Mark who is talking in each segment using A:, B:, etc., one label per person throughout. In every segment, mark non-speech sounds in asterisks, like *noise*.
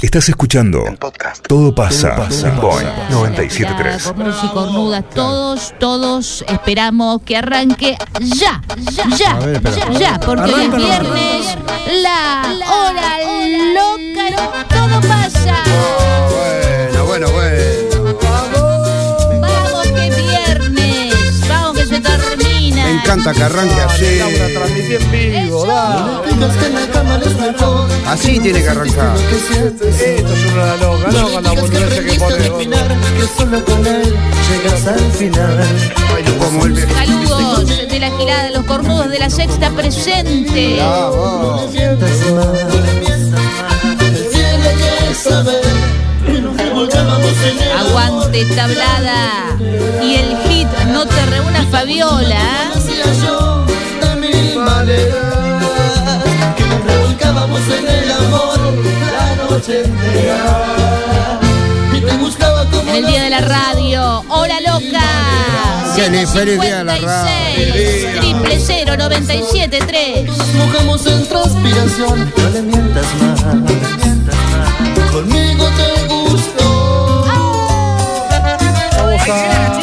A: Estás escuchando
B: En podcast.
A: Todo pasa,
C: Todo pasa.
A: en Boeing
D: Ya,
A: 973.
D: cornudos y cornudas, todos, todos esperamos que arranque ya, ya, ya,
C: A ver, espera.
D: ya, ya, porque hoy es
C: Arranca nomás.
D: viernes, la hora loca, y todo pasa.
C: Bueno, bueno, bueno.
D: Vamos que viernes, vamos que se termina.
C: Me encanta que arranque así.
D: Eso.
C: Así tiene que arrancar.
E: Esto es una loca, no con la boludencia que pone vos.
C: Como el
D: Saludos de la gilada de los cornudos de la sexta presente.
C: Bravo.
D: Aguante tablada y el hit No te reúnas Fabiola. ¿eh? En el día de la radio, hora loca.
C: Bien, y feliz día de la radio.
D: Triple cero noventa y siete tres.
F: Mojamos en transpiración, no le mientas más. Conmigo te gustó.
E: Vamos a,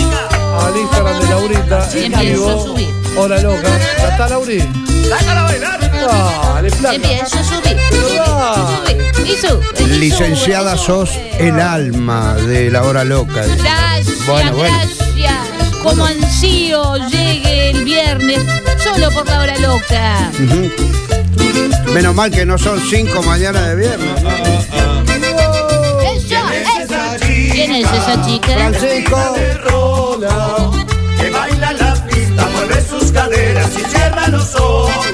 E: al Instagram de Laurita.
D: Y empiezo a subir.
E: Hola loca. ¿Ya está Lauri? Dale, flaca.
D: Empiezo a subir, subir, subir, y sub- y sube.
C: Licenciada, sos el alma de la hora loca.
D: Gracias,
C: Bueno, bueno.
D: gracias. Como ansío llegue el viernes solo por la hora loca.
C: Ujú. Menos mal que no son cinco mañana de viernes.
D: Eso, eso. ¿Quién es esa chica?
C: Francisco.
G: que baila la pista, mueve sus caderas y cierra los ojos.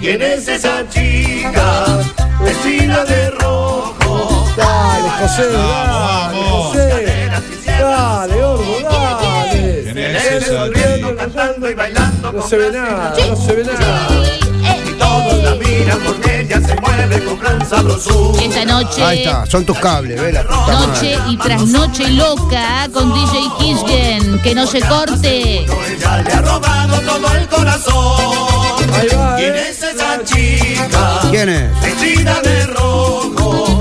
G: ¿Quién es esa chica? Vestida de rojo.
E: Dale, José.
C: Eh,
E: Dale, José.
G: Caderas y cierra
E: Dale, gordo, dale.
H: ¿Quién es esa
G: los ojos, cantando y bailando
E: No
G: con
E: se ve
G: gracia.
E: nada, no se ve nada.
G: Y todos la miran porque ella se mueve con gran sabrosura.
D: Esta noche.
C: Ahí está, son tus cables, ve la puta madre.
D: Noche y tras noche loca con DJ Kisgen, que no se corte.
G: Ella le ha robado todo el corazón.
E: Ahí va,
G: ¿Quién
E: eh.
G: es esa chica?
C: ¿Quién es?
G: Vestida de rojo.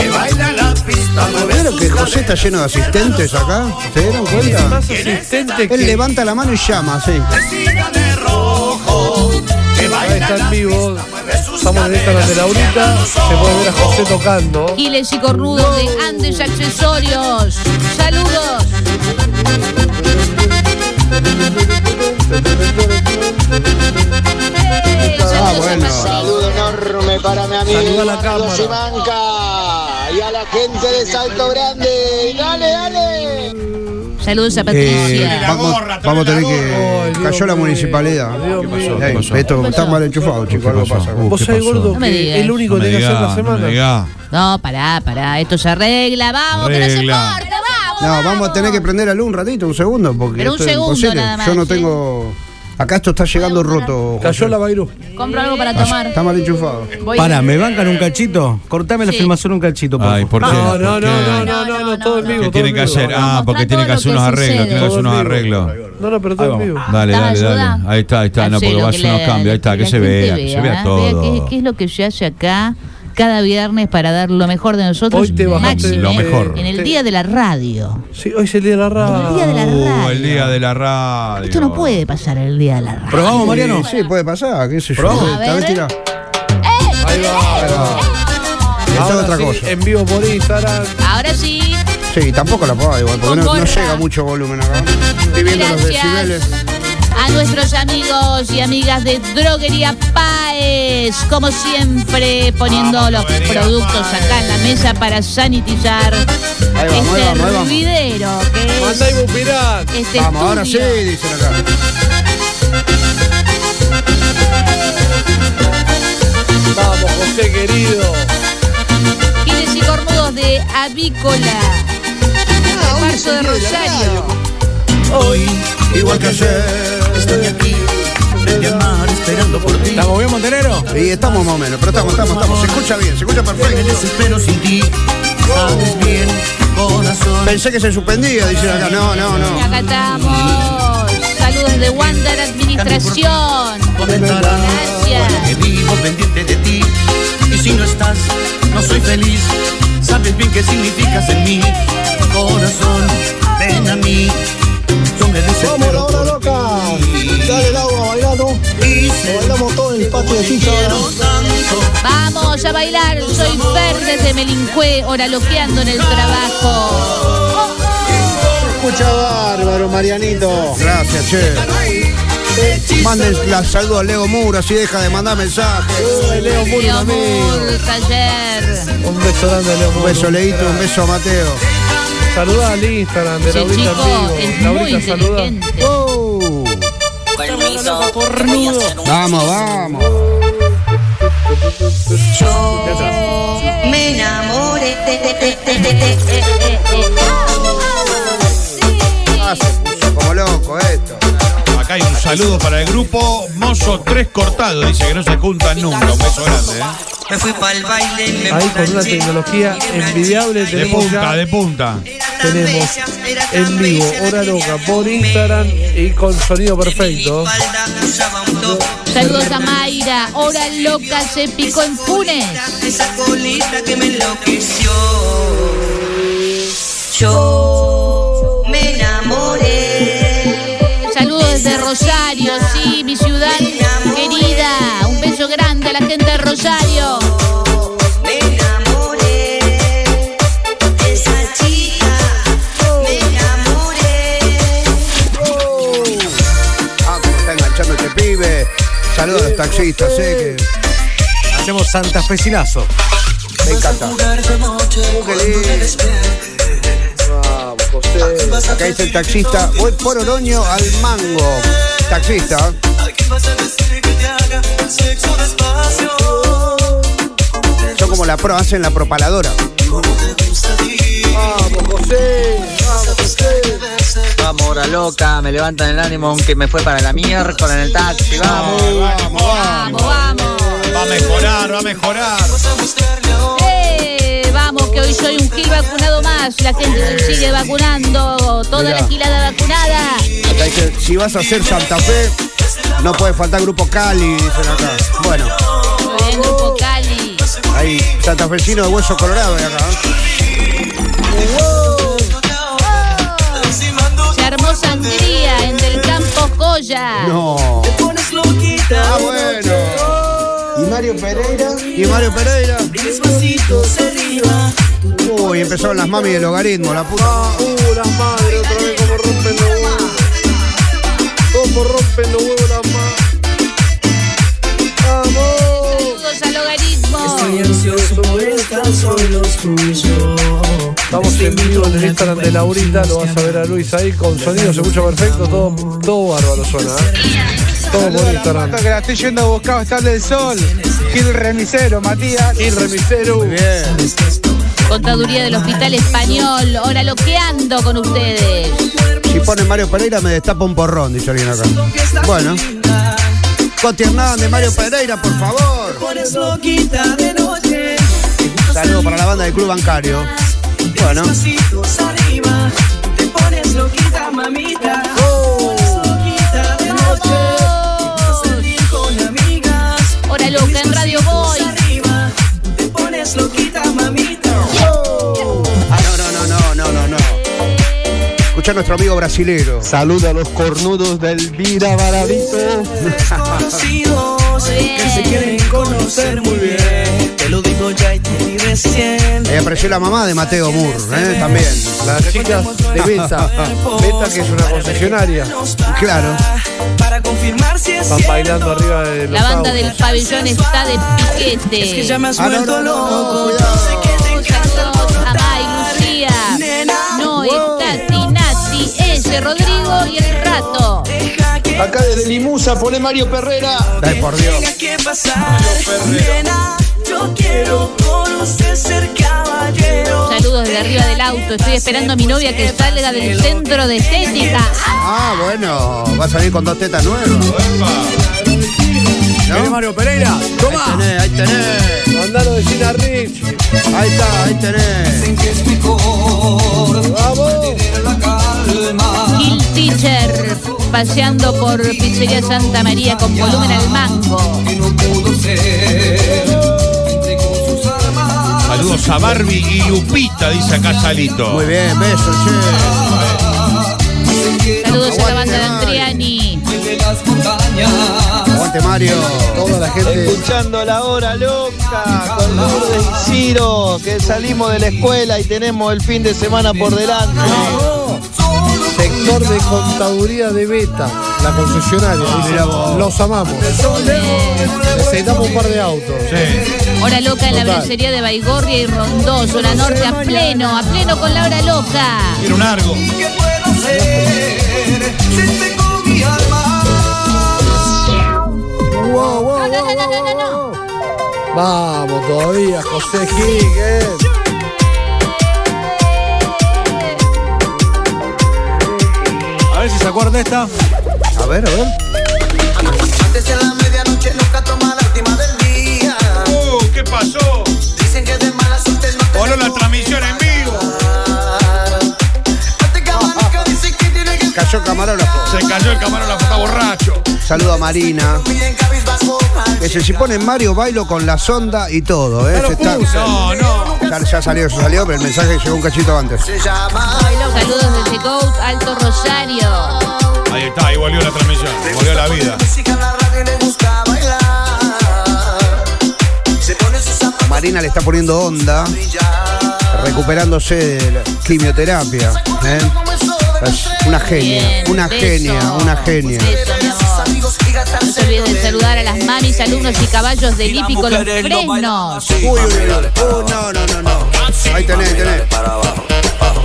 G: Que baila en la pista, mueve
C: ¿Vieron
G: sus
C: que José está
G: caderas
C: lleno de
G: y cierra
C: asistentes
G: los
C: acá? ¿Se dieron cuenta?
E: Más asistente
C: Él
E: que.
C: levanta la mano y llama, sí.
G: Vestida de rojo, que
E: Ahí
G: baila
E: está en
G: la
E: vivo.
G: pista, mueve sus
E: Estamos en el Instagram de
G: caderas y cierra
E: Laurita.
G: los
E: Se puede ver a
G: ojos.
E: José tocando.
D: Giles y cornudos de Andes Accesorios. Saludos. Eh, saludos a
C: Ah, bueno.
D: Marcelo.
I: saludo enorme para mi amigo
E: Saluda a la
I: Eduardo
E: cámara.
I: Simanca y a la gente de Salto Grande. ¡Dale, dale!
D: Saludos a
C: Eh,
D: Patricia.
C: vamos, vamos a
E: Ay,
C: tener que.
E: Dios
C: Cayó la
E: mío.
C: municipalidad.
E: Dios mío.
C: Ey, Esto está mal enchufado, chicos. Algo
H: pasó?
C: pasa.
H: Uh,
E: Vos
H: ¿Qué
E: sabés,
H: pasó?
E: gordo,
D: No me
E: que
D: digas.
E: el único
H: No
E: que
H: me
E: tiene que hacer
H: diga,
E: la
H: no me
E: semana.
H: diga.
D: No, pará, pará. Esto se arregla. Vamos, que no
H: Arregla.
D: se corte. Vamos.
C: No, vamos a tener que prender la luz un ratito, un segundo, porque
D: Pero un
C: esto es
D: segundo
C: imposible.
D: nada más,
C: Yo no
D: ¿sí?
C: tengo. Acá esto está llegando roto. José.
E: Cayó la Eh, Bairú.
D: Compro algo para tomar.
C: Está mal enchufado.
D: Voy-
J: Para, ¿me bancan un cachito? Cortame la
D: Sí.
J: filmación un cachito, por
H: Ay,
J: favor.
H: ¿por qué?
E: No, no, no,
H: ¿Por qué?
E: no, no, no, no, todo en vivo.
H: ¿Qué
E: todo
H: tiene
E: en
H: que
E: vivo.
H: hacer? Ah, porque
D: Mostrar
H: tiene que
D: todo
H: hacer
D: lo
H: unos
D: que
H: arreglos, tiene que
E: Todo
H: hacer unos
E: en vivo.
H: arreglos.
E: No, no, pero todo en vivo.
D: Dale,
H: Dale, dale,
D: ayuda.
H: dale. Ahí está, ahí está. No,
D: Hacelo,
H: porque va a
D: que
H: hacer unos
D: la-
H: cambios. Ahí está, que
D: la
H: se
D: gente
H: vea, que se vea
D: Vea qué,
H: todo.
D: qué es lo que se hace acá cada viernes para dar lo mejor de nosotros.
E: Hoy te bajaste.
D: máxime
H: Lo mejor.
D: En el día de la radio.
E: Sí, hoy es el día de la
D: El día
E: radio.
D: de la radio.
H: Uh, el día de la radio.
D: Esto no puede pasar el día de la radio.
J: ¿Probamos, Mariano?
C: Sí, puede pasar, qué sé yo.
J: Probamos.
C: Esta
D: A
C: vez
D: ver.
C: tira.
E: Ahí va, ahí va.
C: Esta es
E: Ahora
C: otra
E: sí, eh.
C: cosa.
E: En vivo por Instagram.
D: Ahora sí.
C: Sí, tampoco la puedo igual, porque
D: Con
C: no, no
D: gorra.
C: llega mucho volumen acá. Estoy viendo los decibeles.
D: Gracias a nuestros amigos y amigas de Droguería Paes, como siempre poniendo
H: Vamos,
D: los
H: Droguería
D: productos
H: Páez.
D: acá en la mesa para sanitizar
C: Ahí va, ahí va,
D: este
C: ahí va.
D: hervidero que es
E: Manda y Bupirán.
D: este
C: Vamos, ahora sí,
D: estudio.
C: dicen acá.
E: Vamos, José querido.
D: Giles y cornudos de Avícola.
C: Ah,
D: Paso de Rosario.
G: Hoy,
C: Igual que ayer.
G: estoy aquí, frente al mar, esperando por ti.
J: ¿Estamos bien, Montenero?
C: Y estamos más o menos, pero estamos, estamos, estamos. Se escucha bien, se escucha
G: Me
C: perfecto.
G: desespero sin ti, sabes bien, corazón.
C: Pensé que se suspendía, dicen acá. No, no,
D: Y
C: no.
D: Acá estamos. Saludos de Wander Administración.
G: Comentarás
D: Gracias.
G: que vivo pendiente de ti.
A: Y si no estás, no soy feliz. Sabes bien qué significas en mí. Corazón, ven a mí. Yo me
I: Vamos, la
A: desespero
I: hora loca. Dale el agua, bailando.
A: y
I: Lo
A: sé
I: bailamos todo en el patio de
A: que
I: chicha. ahora.
A: quiero tanto.
D: Vamos a bailar, soy verde de Melincue, oraloqueando en el trabajo.
I: Escucha bárbaro, Marianito.
C: Gracias, che. Manden la saludo a Leo Mura, si deja de mandar mensajes.
I: Ay, Leo Muro,
D: Leo
I: amigo.
D: Mur, taller.
E: Un beso grande, Leo.
C: Un beso, Leito, un beso a Mateo.
E: Saludá al Instagram de
D: Che,
E: Laurita en
D: chico,
E: vivo.
D: es muy
E: Laurita, saludá.
D: inteligente.
C: Uh, vamos, vamos.
B: Me enamoré de, de, de, de, de,
C: Ah, se puso como loco esto.
H: Acá hay un saludo para el grupo Mozo 3 Cortado. Dice que no se juntan nunca. Un beso grande, ¿eh?
A: Me fui para el baile, me
E: Ahí con una tecnología envidiable
H: De
E: tenemos
H: punta,
E: ya-
H: de punta.
E: tenemos en vivo, hora loca, por Instagram y con sonido perfecto.
D: Saludos a Mayra, hora loca se picó en Funes.
A: Esa colita que me enloqueció.
B: Yo me enamoré.
D: Saludos de Rosario, sí, mi ciudad querida. Un beso grande a la gente de Rosario.
B: Me enamoré de esa chica. Me enamoré.
C: Ah, cómo está enganchando este pibe. Saludos a los taxistas, eh,
J: Hacemos Santa Fecinazo.
C: que me encanta. Uh, qué lindo.
I: Vamos, José.
C: Acá dice el taxista, voy por Oroño al mango. Taxista, son como la pro, hacen la propaladora.
I: Vamos, José. Vamos, José.
F: Vamos, hora loca, me levantan el ánimo aunque me fue para la miércoles en el taxi, vamos.
H: Vamos, vamos.
D: Vamos, vamos.
H: Va a mejorar, va a mejorar.
D: ¡Eh! Vamos, que hoy soy un gil vacunado más. La gente se sigue vacunando. Toda la gilada vacunada.
C: Acá dice, si vas a hacer Santa Fe, no puede faltar Grupo Cali, dicen acá. Bueno,
D: Muy bien, Grupo Cali.
C: ahí, Santa Fecino de Hueso Colorado de acá. ¿eh?
D: Se armó sangría en Del Campo Joya.
C: No. Ah, bueno.
I: Y Mario Pereira.
C: Y Mario Pereira. Uy, empezaron las mami del logaritmo, la puta.
E: Uh, las madres, otra vez como rompen los huevos. Como rompen los huevos las madres.
D: Saludos al logaritmo.
E: Estamos en vivo en el Instagram de Laurita, lo vas a ver a Luis ahí con sonido, se escucha perfecto, todo, todo bárbaro suena. ¿eh? Todo por Instagram.
F: Que la estoy yendo a buscar a estar del sol. Gil Remisero, Matías.
E: Y remisero.
D: Contaduría del Hospital Español. Ahora loqueando con ustedes.
C: Si pone Mario Pereira me destapa un porrón, dice alguien acá. Bueno. Coti Hernández, de Mario Pereira, por favor. Saludos para la banda del Club Bancario. Bueno.
D: Hora loca en Radio Boy.
C: Ah, no, no, no, no, no, no, no. Escucha a nuestro amigo brasilero.
F: Saluda a los cornudos del Vira Baradito.
D: *laughs* Muy bien.
C: Eh, apareció la mamá de Mateo Mur, ¿eh? también.
E: Las chicas de
C: *laughs*
E: Beta. Beta que es una concesionaria.
C: Claro.
E: Van bailando arriba de los
D: La banda
E: autos.
D: del pabellón está de piquete.
C: Ah, no, no, no, no, cuidado.
D: Saludos a May, Lucía, Noé, Tati, Nati, ese Rodrigo y el rato.
I: Acá desde Limusa pone Mario Perrera.
C: Ay, por Dios.
D: Saludos de arriba del auto. Estoy esperando a mi novia que salga del centro de estética.
C: Ah, bueno, va a salir con dos tetas nuevas.
J: ¿Viene Mario Pereira?
C: Ahí
J: ¡Toma!
C: tenés, ahí tenés.
E: Mandalo de Gina Rich.
C: Ahí está, ahí tenés.
D: Gil Teacher paseando por Pizzería Santa María con volumen al mango.
H: Saludos a Barbie y Lupita, dice acá Salito.
C: Muy bien, besos, che.
D: Saludos a la banda de Andriani.
C: Aguante, Mario.
E: Toda la gente.
I: Escuchando la hora loca con Lourdes y Ciro, que salimos de la escuela y tenemos el fin de semana por delante.
E: Sector de contaduría de Beta, la concesionaria.
C: Ah,
E: dice, los amamos. Necesitamos un par de autos.
H: Sí.
D: Hora loca en la
E: Total.
D: bracería de Baigorria y Rondó, zona norte a pleno, a pleno con la hora loca.
H: Quiero un argo.
E: Wow, wow,
D: No, no,
E: wow, wow,
D: no, no, no, no,
E: wow.
D: no.
E: Vamos todavía, José Higgins.
J: A ver si se acuerda esta.
C: A ver, a ver.
A: Antes en la medianoche nunca toma la última del día.
H: Uh, ¿Qué pasó?
A: Dicen que de mala suerte no te
H: Voló la transmisión en vivo.
A: Antes que
G: Ah,
A: amanezca dicen que tiene que
C: Cayó camarógrafo.
H: Se cayó el camarógrafo, está borracho.
C: Saludo a Marina.
A: bien cabizbajo mal.
C: Que se- si ponen Mario, bailo con la sonda y todo, ¿eh? Se está-
H: No, no.
C: ya, ya salió, ya salió, pero el mensaje llegó un cachito antes.
A: Se llama
D: Saludos desde Coast Alto Rosario.
H: Ahí está, ahí volvió la transmisión. Volvió la vida.
A: música en la radio y le gusta bailar. Se pone sus zapatos
C: Marina le está poniendo onda, recuperándose de la quimioterapia. ¿eh? Es una genia,
D: Bien,
C: una
D: beso.
C: genia, una genia.
D: Beso, mi amor. No se olviden de saludar a las mamis, alumnos y caballos del hípico Los Frenos.
C: Uy, uy, uy. Uh, no, no, no, no. Ahí tenés, tenés.
G: Para abajo, abajo.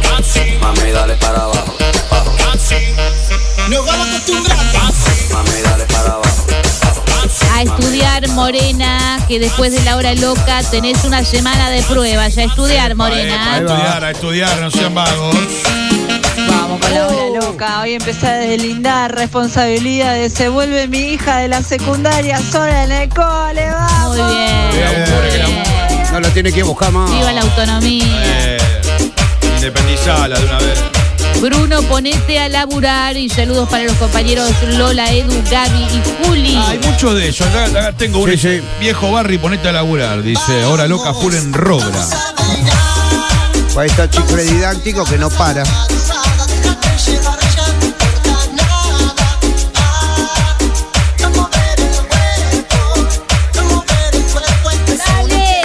G: Mami, dale para abajo, abajo. Mami, dale para abajo.
D: A estudiar, Morena, que después de la hora loca tenés una semana de pruebas. A estudiar,
H: A
D: Morena.
H: estudiar, a estudiar, no sean vagos.
B: Vamos con la hora
D: Uh.
B: loca. Hoy empecé a deslindar responsabilidades. Se vuelve mi hija de la secundaria sola en el cole.
D: Muy
B: Vamos.
D: bien. Bien.
C: No lo tiene que buscar más.
D: Viva la autonomía.
H: Eh, independizala de una vez.
D: Bruno, ponete a laburar y saludos para los compañeros Lola, Edu, Gaby y Juli.
H: Hay muchos de ellos. Acá, acá tengo un
C: Sí, sí.
H: viejo Barry, ponete a laburar. Dice, hora loca, full en Robra.
C: Ahí está chicle didáctico que no para.
A: Ah,
D: Dale.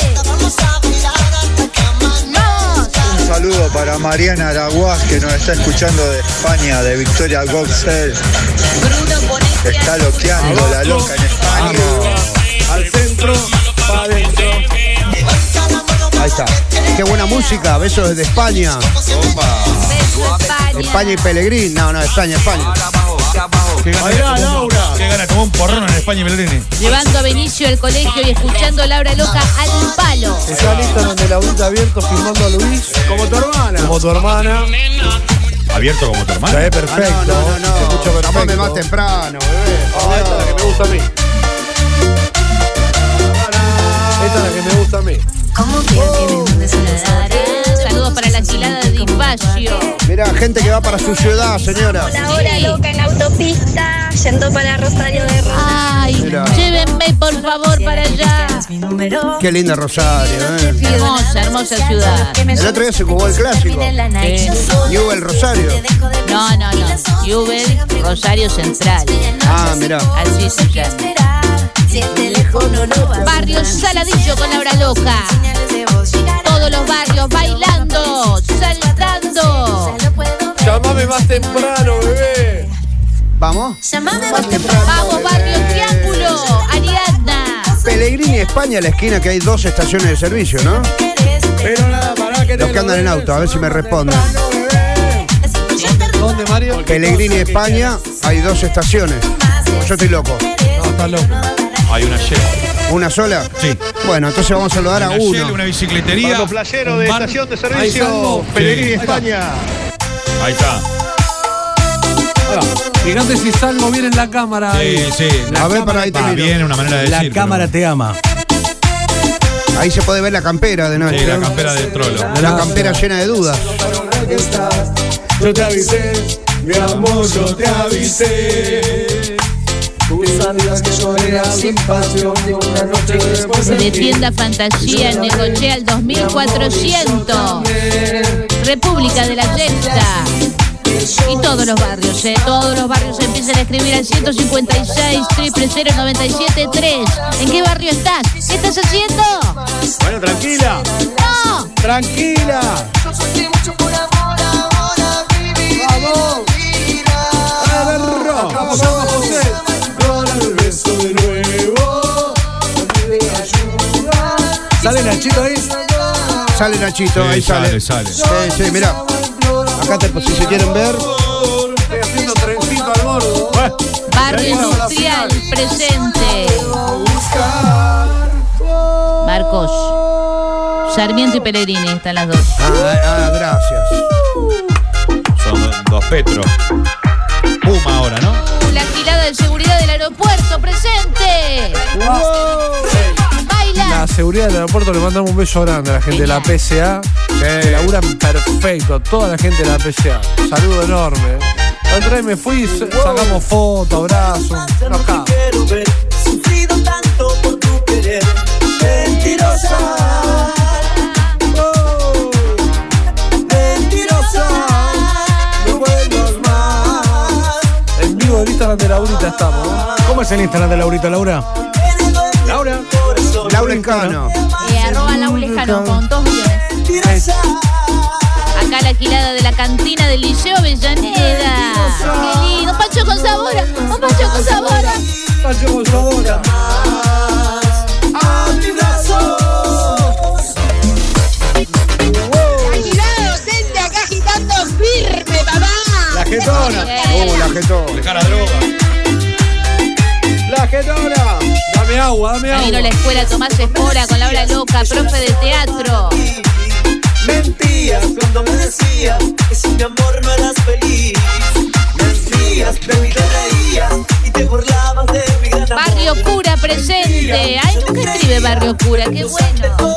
I: Un saludo para Mariana Araguaz que nos está escuchando de España, de Victoria Goxel.
D: Bruno, ponete a
I: Está loqueando la loca en España.
J: Al centro, para adentro.
C: Ahí está. Qué buena música. Besos desde España.
D: Beso, España.
C: España y Pellegrín. No, no, España, España.
H: Qué gana,
J: Ahí va, Laura.
H: qué gana, tomó un porrón en España y Belgrano.
D: Llevando a Benicio al colegio y escuchando a Laura Loca al palo.
E: Está lista donde la ahorita abierto filmando a Luis.
J: Como tu hermana.
E: Como tu hermana.
H: Abierto como tu hermano.
E: Se ve
C: Ah, no,
E: perfecto.
C: no, no,
E: Se escucha
C: no.
E: perfecto.
C: Llamame más temprano, bebé.
E: Ah, esta es la que me gusta a mí. Esta es la que me gusta a mí.
D: Saludos para la gilada de Dipacio.
C: Mirá, gente que va para su ciudad, señora.
D: hora loca
K: en la autopista, yendo para Rosario de
D: Ay,
C: Mira.
D: llévenme por favor para allá.
K: Este
C: Qué linda Rosario, eh.
D: Hermosa, hermosa ciudad.
C: El otro día se jugó el clásico. Newell Rosario.
D: No, no, no. Jubel, Rosario Central.
C: Ah, mirá.
D: Así se llama.
K: este
D: Barrio Saladillo con Laura Loca.
K: este
D: Todos los barrios bailando, saltando.
E: Llamame más temprano, bebé.
C: Vamos.
D: Vamos, Barrio Triángulo, Ariadna.
C: Pellegrini, España, la esquina que hay dos estaciones de servicio, ¿no?
J: Pero nada, pará que te
C: Los que andan en auto, a ver si me responden.
J: ¿Dónde, Mario?
C: Pellegrini, España, hay dos estaciones. Yo estoy loco.
J: No, está loco.
H: Hay una Shell.
C: ¿Una sola?
H: Sí.
C: Bueno, entonces vamos a saludar a
H: Una Shell,
C: uno.
H: una bicicletería.
I: Playero
H: de
I: de
H: Estación
I: Estación de
J: Ahí salgo.
I: Servicio,
H: Pellegrini,
I: Pellegrini, España.
H: Ahí está.
J: Ahora, fíjate si Salmo viene en la cámara. ahí.
H: Sí, sí.
C: A ver, para ahí te
J: Va,
C: miro.
H: Bien, una manera de
J: La
H: decir. pero-
J: cámara te ama.
C: Ahí se puede ver la campera de
H: Sí,
C: noche.
H: la
C: ¿eh?
H: campera Ah, del trolo.
C: La campera llena de dudas.
J: Yo te avisé, mi amor, yo te avisé.
G: Tú sabías que yo era sin pasión de una noche después de
D: De
G: ti.
D: tienda fantasía en Negochea al 2400. República de la Sexta. Y todos los barrios, ¿eh? todos los barrios empiezan a escribir al 156 000 973. ¿En qué barrio estás? ¿Qué estás haciendo?
G: Bueno, tranquila.
D: ¡No!
G: Tranquila. Vamos. A ver, vamos, José. el beso de nuevo.
C: ¿Sale Nachito ahí? Sale Nachito,
H: Sí,
C: ahí sale.
H: sale, sale.
C: Sí, sí, mirá. Acá te, si se quieren ver.
G: Estoy haciendo trencito al gordo.
D: Barrio Industrial presente.
C: Ah,
D: Marcos. Sarmiento y Pellegrini están las dos.
C: Ah, ah, gracias.
H: Son dos Petro. Puma ahora, ¿no?
D: La gilada de seguridad del aeropuerto presente. Baila.
E: La seguridad del aeropuerto le mandamos un beso grande a la gente de la PSA. Que laburan perfecto, toda la gente de la PSA. Saludo enorme. La otra vez me fui, s- sacamos fotos, abrazos. Nos ca-
G: Quiero ver, sufrido tanto por tu querer. Mentirosa. Oh, Mentirosa. No vuelvas más.
E: En vivo del Instagram de Laurita estamos. ¿eh?
L: ¿Cómo es el Instagram de Laurita, Laura?
E: Laura.
C: Laura Escano.
D: Eh, arroba laulescano con dos guiones. Acá la quilada de la cantina del Liceo Avellaneda. Qué lindo. Un pancho con sabor. Un pancho con sabor.
E: Pancho con sabor.
G: A mi brazo.
M: Agitado docente acá agitando firme, papá.
C: La getona. Uh, la getona.
H: Dejar la droga.
E: La getona. Dame agua, dame
D: Ahí
E: agua.
D: vino la escuela Tomás Espora con Laura Loca, profe de teatro.
G: Mentías cuando me decías que sin mi amor no eras feliz. Mentías, baby, te reías y te burlabas de mi gran amor.
D: Barrio Cura presente. Ay, nunca escribe Barrio Cura. Qué bueno.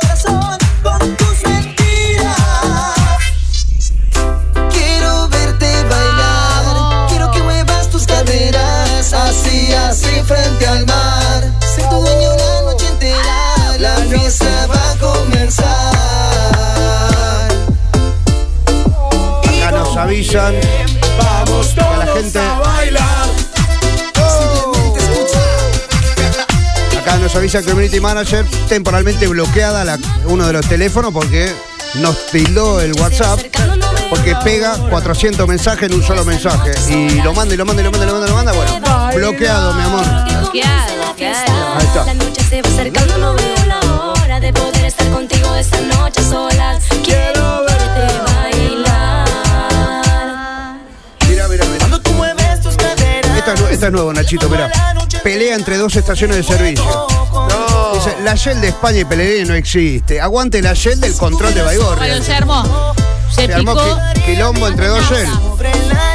G: Quiero verte bailar, quiero que muevas tus caderas, así, así frente al mar. Ser tu dueño la noche entera, la fiesta va a comenzar.
C: Acá nos avisan.
G: Vamos
C: que a la gente. Oh.
G: bailar.
C: Acá nos avisa el Community Manager temporalmente bloqueada la- uno de los teléfonos porque nos tildó el WhatsApp porque pega 400 mensajes en un solo mensaje y lo manda y lo manda y lo manda y lo manda y lo manda bueno bloqueado mi amor
D: Bloqueado, claro.
C: ahí está
K: noche se va acercando, no veo la hora de poder estar contigo esta noche solas. Quiero verte bailar.
C: mira mira mira
G: Cuando tú mueves tus caderas,
C: esta, es nue- esta es nueva Nachito mira pelea entre dos estaciones de servicio Dice, la Shell de España y Pellegrini no existe aguante la Shell del control de Baigorria
D: Bueno, se armó. Se
C: se armó
D: picó.
C: qui- quilombo entre dos Shell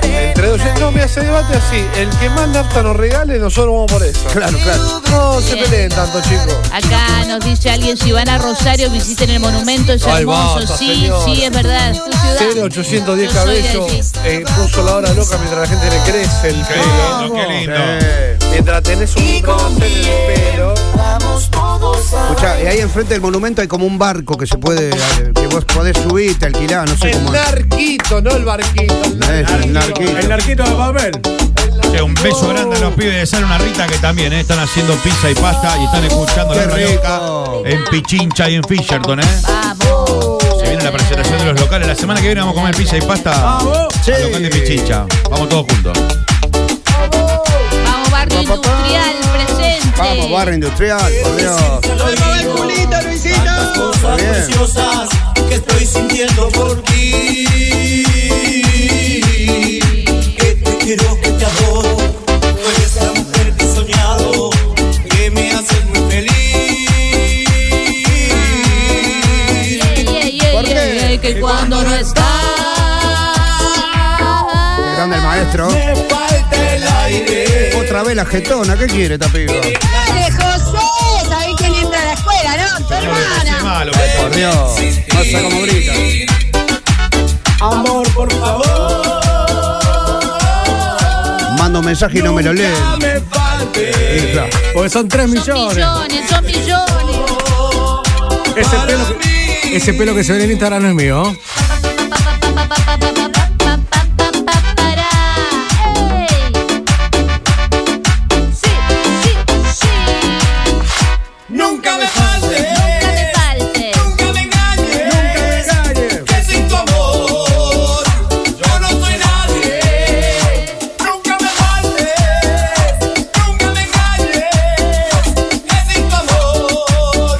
E: Entre dos. No, mira, se debate así. El que más nafta nos regale, nosotros vamos por eso.
C: Claro, claro.
E: No se peleen tanto, chicos.
D: Acá nos dice alguien, si van a Rosario, visiten el monumento, es
E: Ay,
D: hermoso.
E: basta,
D: Sí,
E: señora.
D: sí, es verdad. es tu ciudad.
E: 0810
D: Yo soy de
E: cabello
D: allí.
E: eh, puso la hora loca mientras la gente le crece el pelo.
H: Qué lindo.
E: Sí. Mientras tenés un roce en el pelo.
G: vamos todos a
C: Escuchá, y ahí enfrente del monumento hay como un barco que se puede, eh, que vos podés subir, te alquilás, no sé
E: El
C: cómo es.
E: narquito, no el barquito. el
C: Eh, el narquito.
L: El narquito de papel.
H: Che, un beso grande a los pibes de Sal Una Rita que también eh, están haciendo pizza y pasta y están escuchando la
C: Qué
H: radio
C: rico.
H: en Pichincha y en Fisherton, ¿eh?
D: Vamos.
H: Se viene la presentación de los locales. La semana que viene vamos a comer pizza y pasta
C: Sí.
H: al local de Pichincha. Vamos todos juntos.
D: Vamos, barrio industrial presente.
C: Vamos, barra industrial, por Dios.
G: culito, Luisito. Cosas
C: Bien.
G: preciosas que estoy sintiendo por ti. Que te quiero, que te adoro. Tú eres la mujer que he soñado, que me haces muy feliz.
D: Ey, ey, ey,
G: ¿Por qué?
D: ey, ey, que cuando no está.
C: Qué grande el maestro.
G: Me falta el aire.
C: Otra vez la jetona, ¿qué quiere esta piba?
M: Dale, José, sabés quién entra a la escuela, ¿no? Tu
H: Qué
M: hermana.
H: malo, que-
C: Por Dios, pasa como grita.
G: Amor, por favor,
C: Mando un mensaje y no me lo leen.
G: me falte.
N: Sí, claro. Porque son 3 millones.
D: Millones, son millones.
N: Ese pelo, que, ese pelo que se ve en el Instagram no es mío.
G: Nunca me falte.
D: Nunca me falte.
G: Nunca me engañes. Nunca me engañes. Que sin tu amor yo no soy nadie. Nunca me faltes. Nunca me engañes. Que sin tu amor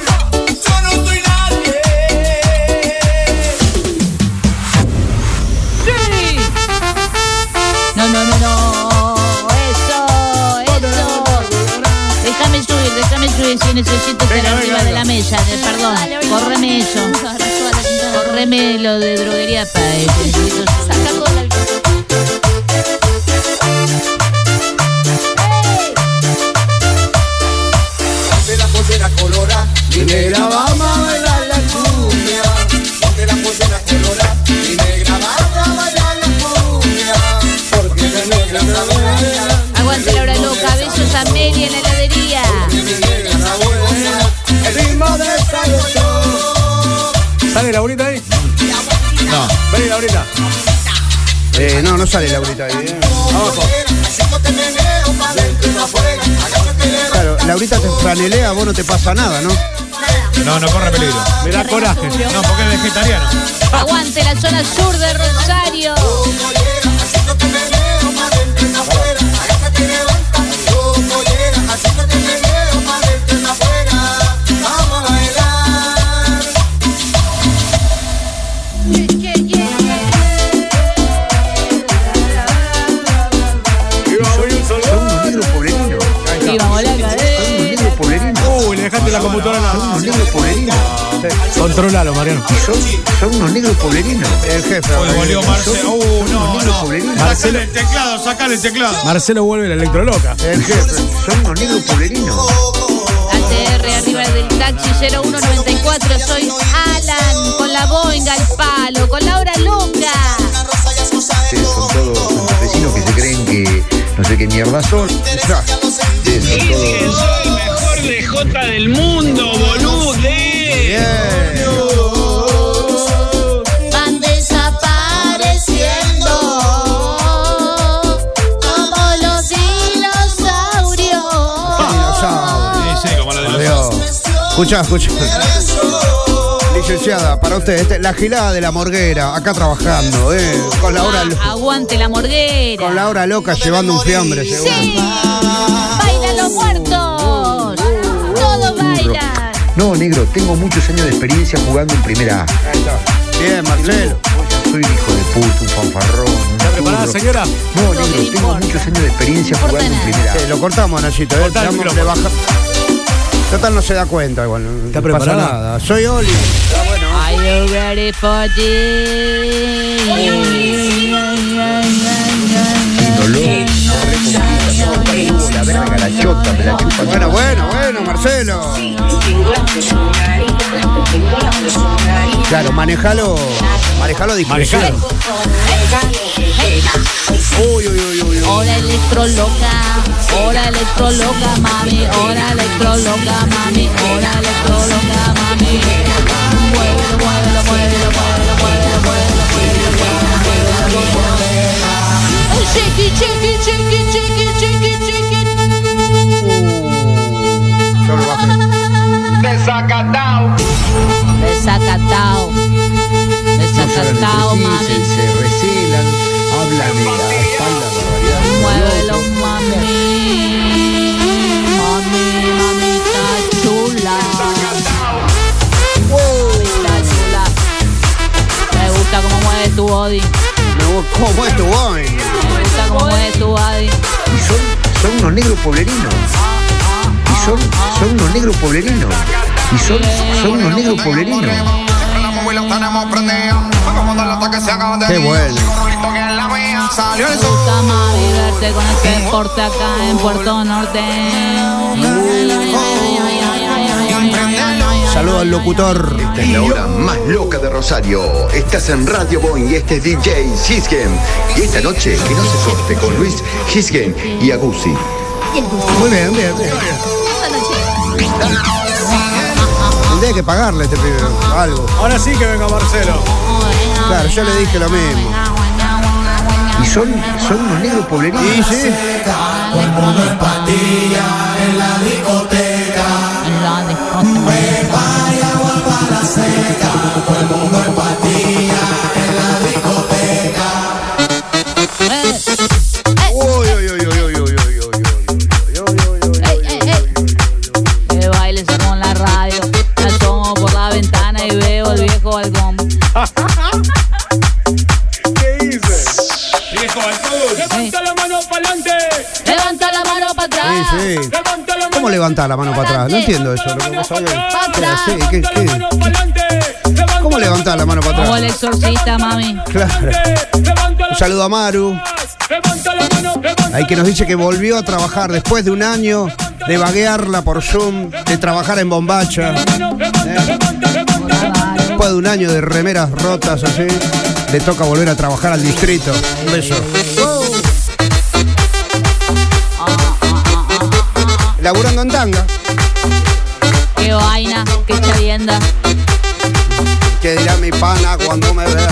G: yo no soy nadie.
D: No, no, no, no. Eso, eso. Déjame subir, déjame subir si necesito estar
G: Venga,
D: arriba
G: venga,
D: de la mesa. de- perdón, correme eso. Correme lo de droguería para eso.
O: Ponte la pulsera colora, mi negra, vamos a bailar la cumbia. Ponte la pulsera colora, mi negra, vamos a bailar la cumbia. Porque la negra está buena,
D: Aguante la hora loca. Besos a Meli en la heladería.
O: mi negra está buena. El ritmo de esta noche.
N: ¿Sale Laurita ahí?
H: No.
N: Vení, Laurita.
C: Eh, no, no sale Laurita ahí. eh. Claro, Laurita te franelea, a vos no te pasa nada, ¿no?
H: No, no corre peligro.
N: Me da coraje.
H: No, porque es vegetariano.
D: Aguante la zona sur de Rosario.
C: Somos negros poblerinos. Somos
D: Vamos la
C: negros poblerinos.
N: Uy, le dejaste la computadora en
C: Son
N: la.
C: unos negros poblerinos.
N: Controlalo, Mariano.
C: Son, son unos negros poblerinos. El jefe.
H: Uy, volvió Marcelo. Uh, no, no. Sacale el teclado, sacale el teclado.
N: Marcelo vuelve la electroloca.
C: El jefe. Son unos negros poblerinos.
D: ATR arriba del taxi 0194. Soy Alan con la boinga al palo, con la hora loca.
O: Ustedes son todos unos vecinos que se creen que no sé qué mierda son. Ya. Ustedes son todos.
D: van desapareciendo como los dinosaurios.
H: Sí, sí, como lo de los
C: Escucha, escucha. Licenciada, para usted, este, la gilada de la morguera, acá trabajando, eh, con la hora,
D: Ah, aguante la morguera.
C: con la hora loca llevando un fiambre, seguro.
D: Sí, bailan los muertos. Todos bailan.
O: No, negro, tengo muchos años de experiencia jugando en primera A.
C: Ahí está. Bien, Marcelo.
O: Soy un hijo de puta, un fanfarrón. un
N: ¿Está preparada,
O: turro.
N: señora?
O: No,
D: No me
O: negro, tengo
D: importa.
O: muchos años de experiencia
D: No importa
O: jugando en
D: nada.
O: primera A.
C: Eh, lo cortamos, Nachito, eh.
N: Cortá el
C: Damos- le
N: micrófono.
C: baja- Total no se da cuenta igual. no-
N: ¿Está
C: no pasa
N: preparada?
C: nada. Soy Oli.
D: Are you ready for this?
O: La verga, la chota, me la chupa.
C: Bueno, bueno, bueno, Marcelo. Claro, manejalo. Manejalo discreción.
N: Manejalo.
C: Uy, uy, uy, uy. uy.
D: Hora electroloca, hora electroloca, mami, hora electroloca, mami, hora electroloca, mami. Muévelo, muévelo, muévelo, muévelo, muévelo, muévelo, muévelo, muévelo, muévelo, muévelo. Oh, shake it, shake it, shake it, shake it, shake it, shake it.
C: Yo lo bajé.
D: Desacatao, desacatao, mami.
O: se recelan, hablan de la espalda, barbaridad.
D: Muévelo, mami. Mami, mamita chula. Mamita chula. Me gusta cómo mueve tu body.
C: Me voy- ¿Cómo es tu boy?
D: Me gusta cómo mueve tu body.
O: Y son, son unos negros poblerinos. Y son, son unos negros poblerinos. Y son, son unos negros poblerinos.
C: Qué bueno.
O: Salió
D: Me gusta, mami, verte con este deporte acá en Puerto Norte.
C: Saludo al locutor.
P: Esta es la hora más loca de Rosario. Estás en Radio Boy y este es DJ Hisgen. Y esta noche que no se corte con Luis Hisgen y Agusi.
Q: y el dulce.
C: Muy bien, bien, bien.
Q: Esta noche.
C: Tendría que pagarle a este pibe algo.
R: Ahora sí que venga Marcelo.
C: Claro, yo le dije lo mismo.
P: Y son, son unos negros poblerinos.
C: Sí, sí.
S: en la discoteca. Me vaya guapa la seca. Todo el mundo en patilla en la discoteca.
C: Uy, uy, uy, uy, uy, uy, uy, uy.
D: ¡Ey, ey, ey! El baile sacó en la radio. La tomo por la ventana y veo el viejo balcón.
R: ¿Qué hice?
S: Viejo Balcón.
R: Levanta la mano para adelante.
Q: Levanta la mano para atrás.
C: Sí, sí. ¿Cómo levantar la mano para atrás? No entiendo eso. Lo que pasó hoy. ¿Qué era? Sí, ¿qué- qué? ¿Cómo levantar la mano para
D: Como el
C: atrás?
D: exorcista, mami.
C: Claro. Un saludo a Maru. Ahí que nos dice que volvió a trabajar después de un año de vaguearla por Zoom, de trabajar en bombacha. ¿eh? Después de un año de remeras rotas así, le toca volver a trabajar al distrito. Un beso. Laburando en tanga.
D: Qué vaina, qué chavienda.
C: Que dirá mi pana cuando me vea.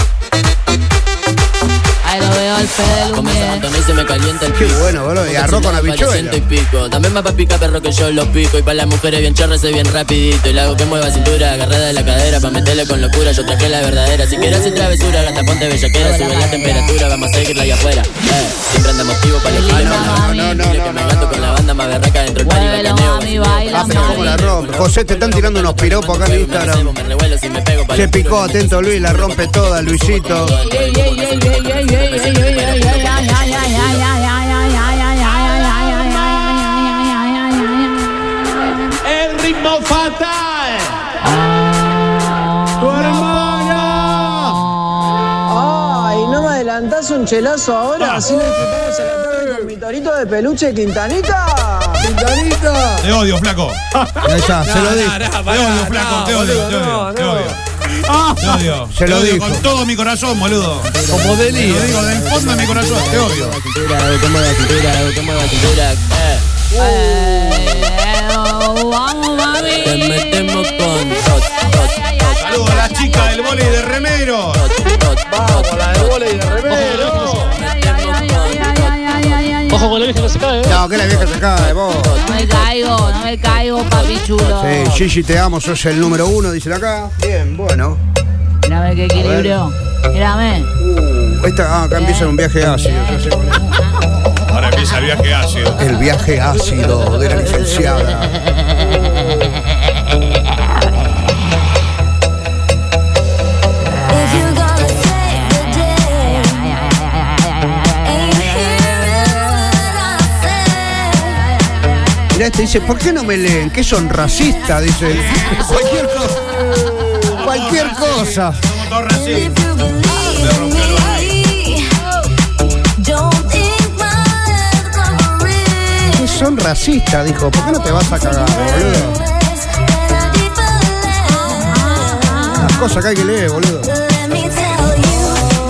D: Ahí lo veo al Fede Lumiere.
G: También se me calienta el
C: Qué bueno, boludo. Y arroz con habichuela.
G: Ciento y pico. También más pa' pica perro que yo los pico. Y para las mujeres bien charras bien rapidito. Y la hago que mueva cintura, agarrada de la cadera. Pa' meterle con locura, yo traje la verdadera. Si quieres hacer travesura, gata ponte bellaquera. Sube la temperatura, vamos a seguirla ahí afuera. Eh, siempre andamos motivo para los giles, pa' la Dile que me gato con la banda más berraca dentro del party.
D: Muévelo, mami, baila,
C: Ah, pero cómo la rompe. José, te están tirando unos piropos acá en Instagram.
G: Me revuelo si me pego pa'
C: Se picó, atento Luis, la rompe toda, Luisito.
R: El ritmo fatal. Tu hermana.
I: Ay, ¿no me adelantás un chelazo ahora? Así nos disfrutamos a la tarde con mi torito de peluche, Quintanita. Quintanita.
H: Te odio, flaco.
C: Ahí está, se lo dije.
H: Te odio, flaco, te odio, te odio, te odio. Te odio.
C: Se lo
H: Te odio
C: dijo.
H: Con todo mi corazón, boludo. Como delío. Te lo digo del fondo de mi corazón, te odio.
G: cintura, que mueva cintura, que mueva cintura. Eh.
D: Vamos, mami.
G: Te metemos con tot, tot, tot.
H: Saludos a las chicas del volei de remero.
G: Vamos, la de volei de
R: Pero.
C: Ojo con la vieja que se cae, No, que la vieja se cae, vos.
D: No me caigo, no me caigo, papi chulo.
C: Sí, Gigi, te amo, sos el número uno, dicen acá. Bien, bueno.
D: Mírame qué equilibrio. Mírame.
C: Esta, ah, acá empieza un viaje ácido. ya sé.
H: Ahora empieza el viaje ácido.
C: El viaje ácido de la licenciada.
K: If you're gonna save the day, ain't hearing what I said.
C: Mirá, este dice, ¿por qué no me leen? ¿Qué son racistas? *laughs* Dice. Cualquier cosa. Cualquier cosa.
K: If you believe me, don't think my love covering
C: ¿Qué son racistas? Dijo, ¿por qué no te vas a cagar, boludo?
K: and I deeper love.
C: Las cosas que hay que leer, boludo.
K: Let me tell you,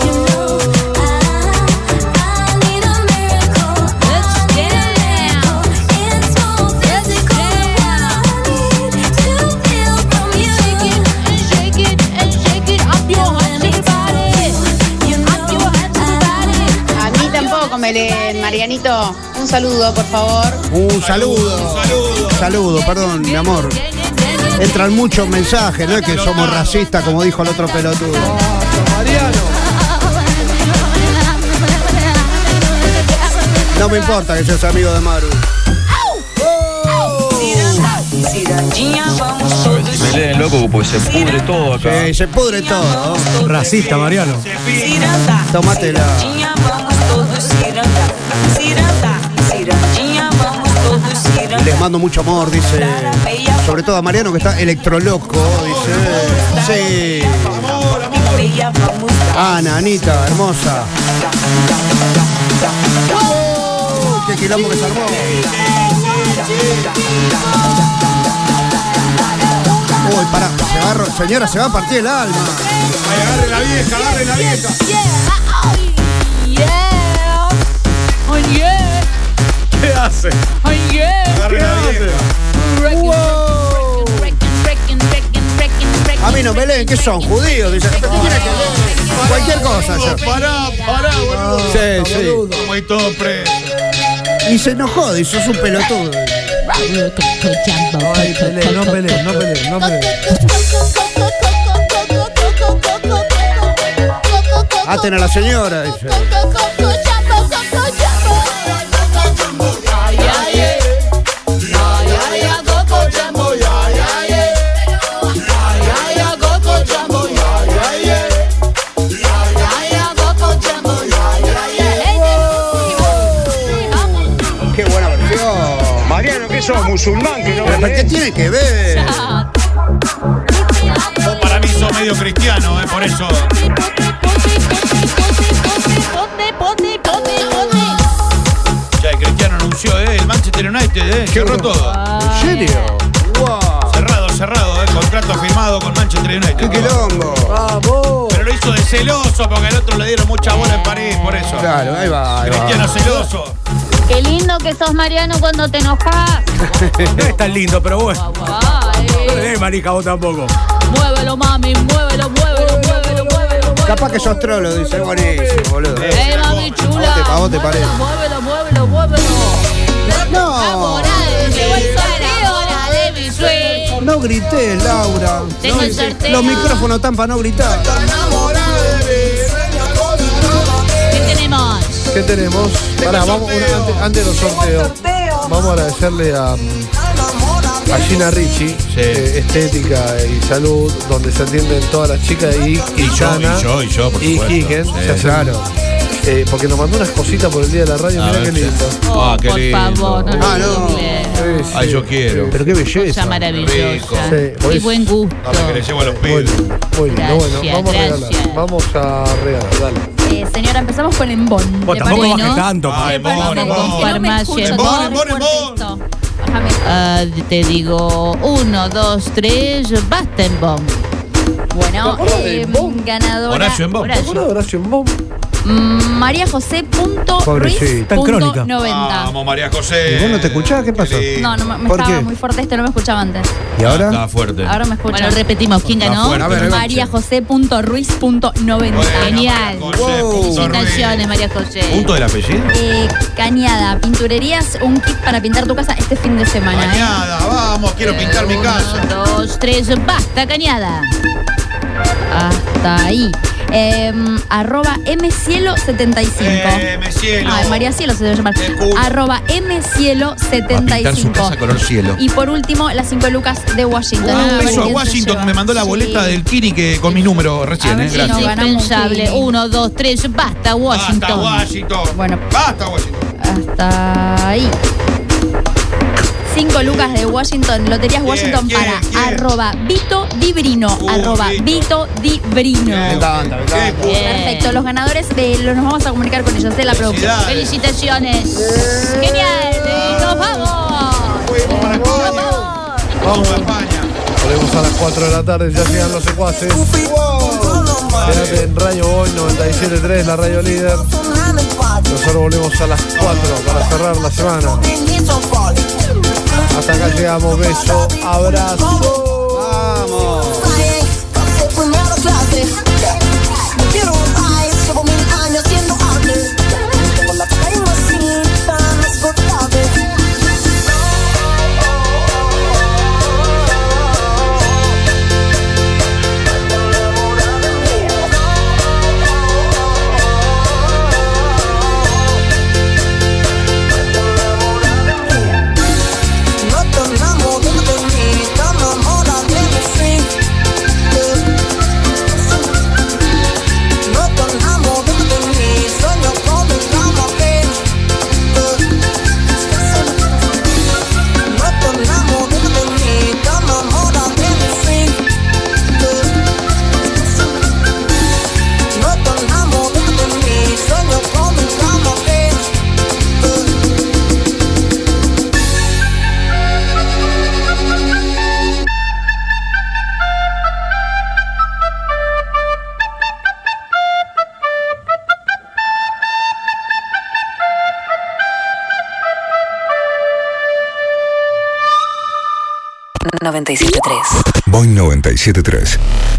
K: you know I, I need a miracle. Let's get It's more physical than what I need to feel from you. Shake it and shake it up your heart to the body. You know your heart to the body.
T: A mí tampoco me leen. Marianito, un saludo, por favor.
C: Un saludo. Saludo. perdón, mi amor. Entran muchos mensajes, no es que somos racistas, como dijo el otro pelotudo. No me importa que seas amigo de Maru.
U: Me leen loco porque se pudre todo acá.
C: Sí, Eh, se pudre todo.
V: Racista, Mariano.
C: Tómatela. Les mando mucho amor, dice. Sobre todo a Mariano que está electroloco, dice. Sí. Ana, Anita, hermosa. ¡Qué quilombo que se armó! Uy, pará, se va a ro- señora, se va a partir el alma.
H: Ay, agarre la vieja, agarre la vieja.
D: Yeah. Oh, yeah.
H: ¿Qué hace?
D: Oh,
C: A mí no me leen, ¿qué son? Judíos. Dicen, ¿Pero qué tiene que ver? Cualquier cosa. yo.
H: Pará, pará, boludo.
C: Sí, sí.
H: Como hay todo pre.
C: Y se enojó, dice, es un pelotudo.
E: No pelees, no pelees, no pelees.
C: Aten a la señora, dice. Qué buena versión.
W: Mariano, ¿qué sos? ¿Musulmán que no me
C: Pero ¿Qué tiene que ver?
H: Vos para mí sos medio cristiano, eh, por eso. Ya, el cristiano anunció, eh, el Manchester United, eh, cerró todo.
C: ¿En serio?
H: Cerrado, cerrado, eh, contrato firmado con Manchester United.
C: ¡Qué quilombo!
H: Pero lo hizo de celoso porque al otro le dieron mucha bola en París, por eso.
C: Claro, ahí va. ahí va.
H: Cristiano celoso.
D: Qué lindo que sos Mariano cuando te enojas.
N: *laughs* No es tan lindo, pero bueno. No le
D: Ay,
N: des manija vos tampoco.
D: muévelo, mami, muévelo, muévelo, muévelo, muévelo.
C: Capaz que sos trolo, dice. Es Buenísimo, boludo.
D: Ey, mami chula.
C: ¿A vos te parece?
D: Muévelo, muévelo, muévelo.
C: No,
D: Llegó el sorteo de mi sueño.
C: no grité, Laura.
D: Tengo
C: No,
D: el sorteo.
C: Los micrófonos están para no gritar.
D: ¿Qué tenemos?
E: ¿Qué tenemos? Pará, vamos, una- antes, antes de los sorteos, vamos a agradecerle a, mm, a Gina Ricci, eh, Estética y Salud, donde se atienden todas las chicas y
H: Y yo,
E: Quintana,
H: y yo, y yo, por supuesto.
E: Higgins,
H: Sí.
E: se hacen- Eh, porque nos mandó unas cositas por el día de la radio,
H: A
E: mirá
H: ver,
E: qué
H: sí.
E: lindo.
X: Oh,
H: Ah, qué
D: por
H: lindo.
D: favor, no
C: Ah, no.
E: Sí, sí.
H: Ay, yo quiero.
E: Pero qué
D: Cosa
E: belleza.
H: Rico.
D: maravillosa.
E: Sí, por
D: Qué
E: eso.
D: buen gusto.
H: Ahora que le llevo a los pibes.
E: Muy lindo, bueno,
D: Gracias,
E: vamos a
D: gracias.
E: regalar. Vamos a regalar, dale.
X: Eh, señora, empezamos con Embón.
N: Vos
D: De
N: tampoco
D: Moreno.
N: bajes tanto.
H: Ay,
X: Perdón,
H: mon,
X: es que
H: mon.
X: no me
D: Farmacia,
X: escucho,
D: Embón,
X: todo
H: Embón,
X: fuerte
H: Embón.
X: esto. Bájame.
D: Ah, te digo, uno, dos, tres, basta en bomb.
X: Bueno, eh, ganadora.
H: Horacio Embón.
E: ¿Te acuerdas de Horacio Embón?
X: Mm, María José punto
C: Pobrecita.
X: Ruiz
N: Tan
X: punto
N: crónica.
X: 90.
H: Vamos, María
C: ¿Y
H: José.
C: vos no te escuchás? ¿Qué pasó?
H: Sí.
X: No, no me, me
C: ¿Por
X: estaba
C: qué?
X: muy fuerte esto, no me escuchaba antes.
C: ¿Y ahora?
H: Estaba Ah, fuerte.
X: Ahora me escucha.
D: Bueno, repetimos, ¿quién
H: Está
D: ganó?
H: fuerte.
C: A ver, ahí va.
X: María José punto Ruiz punto 90.
H: Bueno, María
D: Genial.
H: José,
C: Wow.
H: punto Ruiz.
D: Felicitaciones, María José.
H: ¿Punto del apellido?
X: Eh, Cañada, pinturerías, un kit para pintar tu casa este fin de semana. ¿eh?
H: Mañana, vamos, quiero pintar mi
D: Uno,
H: casa.
D: dos, tres, basta, cañada.
X: Hasta ahí. Eh, arroba mcielo75.
H: Eh, me cielo.
X: Ay, María Ah, Cielo se debe llamar.
H: Te escucho.
X: Arroba
H: Va a pintar su casa
X: mcielo75.
H: color cielo.
X: Y por último, las 5 lucas de Washington.
H: Ah, Un
X: ver
H: beso a
X: quién se
H: Washington
X: lleva.
H: que me mandó la boleta
X: Sí. Ah,
H: del Kini que con mi número
X: A
H: recién,
X: ver
H: eh,
X: si
H: gracias.
X: nos ganamos un
D: Impensable.
X: feeling.
D: Uno, dos, tres, basta,
H: Basta
D: Washington.
H: Washington.
X: Bueno.
H: Basta Washington.
X: Hasta ahí. 5 lucas de Washington, Loterías
H: Bien,
X: Washington
H: bien,
X: para
H: bien.
X: arroba Vito Dibrino.
H: Uh,
X: arroba Vito,
H: Vito.
X: Dibrino.
H: Me
C: encanta, me encanta.
H: pues,
X: Perfecto, los ganadores de, los, nos vamos a comunicar con ellos de la producción.
H: Felicidades.
D: Felicitaciones. Genial. Y Nos vamos.
H: Fuimos para España. Vamos para España.
E: Volvemos a las 4 de la tarde, ya llegan los secuaces. Quédate en Radio Hoy 97.3, la radio líder. Nosotros volvemos a las 4 para cerrar la semana. Hasta acá llegamos, beso, abrazo.
C: Vamos.
O: Primera clase. Quiero ice, llevo mil años siendo arte. Llevo la flema así, tan explotable. No te enamores de mí, te enamoras de mí, sí.
Y: 973.
E: Boeing 973.